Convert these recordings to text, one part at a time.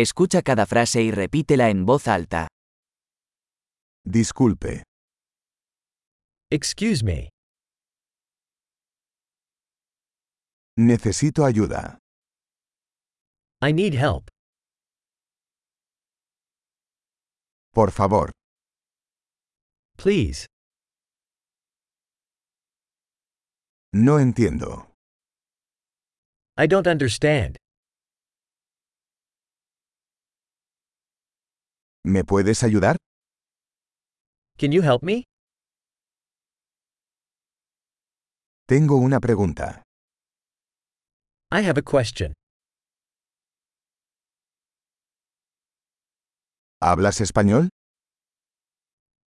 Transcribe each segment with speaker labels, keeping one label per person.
Speaker 1: Escucha cada frase y repítela en voz alta.
Speaker 2: Disculpe.
Speaker 3: Excuse me.
Speaker 2: Necesito ayuda.
Speaker 3: I need help.
Speaker 2: Por favor.
Speaker 3: Please.
Speaker 2: No entiendo.
Speaker 3: I don't understand.
Speaker 2: ¿Me puedes ayudar?
Speaker 3: Can you help me?
Speaker 2: Tengo una pregunta.
Speaker 3: I have a question.
Speaker 2: ¿Hablas español?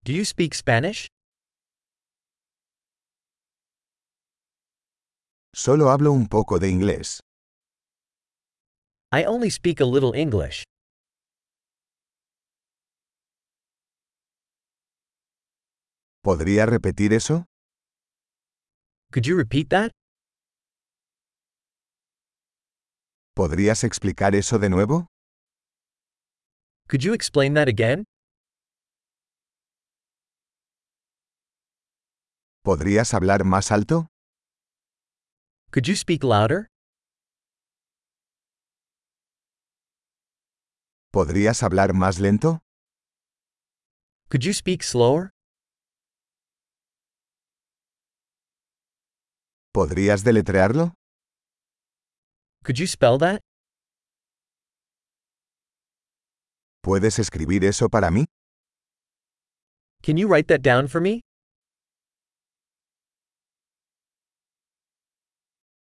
Speaker 3: Do you speak Spanish?
Speaker 2: Solo hablo un poco de inglés.
Speaker 3: I only speak a little English.
Speaker 2: ¿Podría repetir eso?
Speaker 3: Could you repeat that?
Speaker 2: ¿Podrías explicar eso de nuevo?
Speaker 3: Could you explain that again?
Speaker 2: ¿Podrías hablar más alto?
Speaker 3: Could you speak louder?
Speaker 2: ¿Podrías hablar más lento?
Speaker 3: Could you speak slower?
Speaker 2: ¿Podrías deletrearlo?
Speaker 3: Could you spell that?
Speaker 2: ¿Puedes escribir eso para mí?
Speaker 3: Can you write that down for me?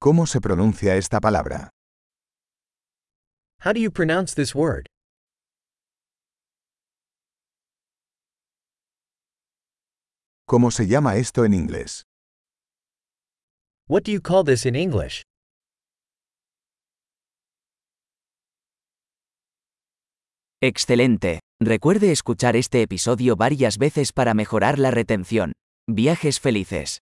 Speaker 2: ¿Cómo se pronuncia esta palabra?
Speaker 3: How do you pronounce this word?
Speaker 2: ¿Cómo se llama esto en inglés?
Speaker 3: What do you call this in English?
Speaker 1: Excelente. Recuerde escuchar este episodio varias veces para mejorar la retención. Viajes felices.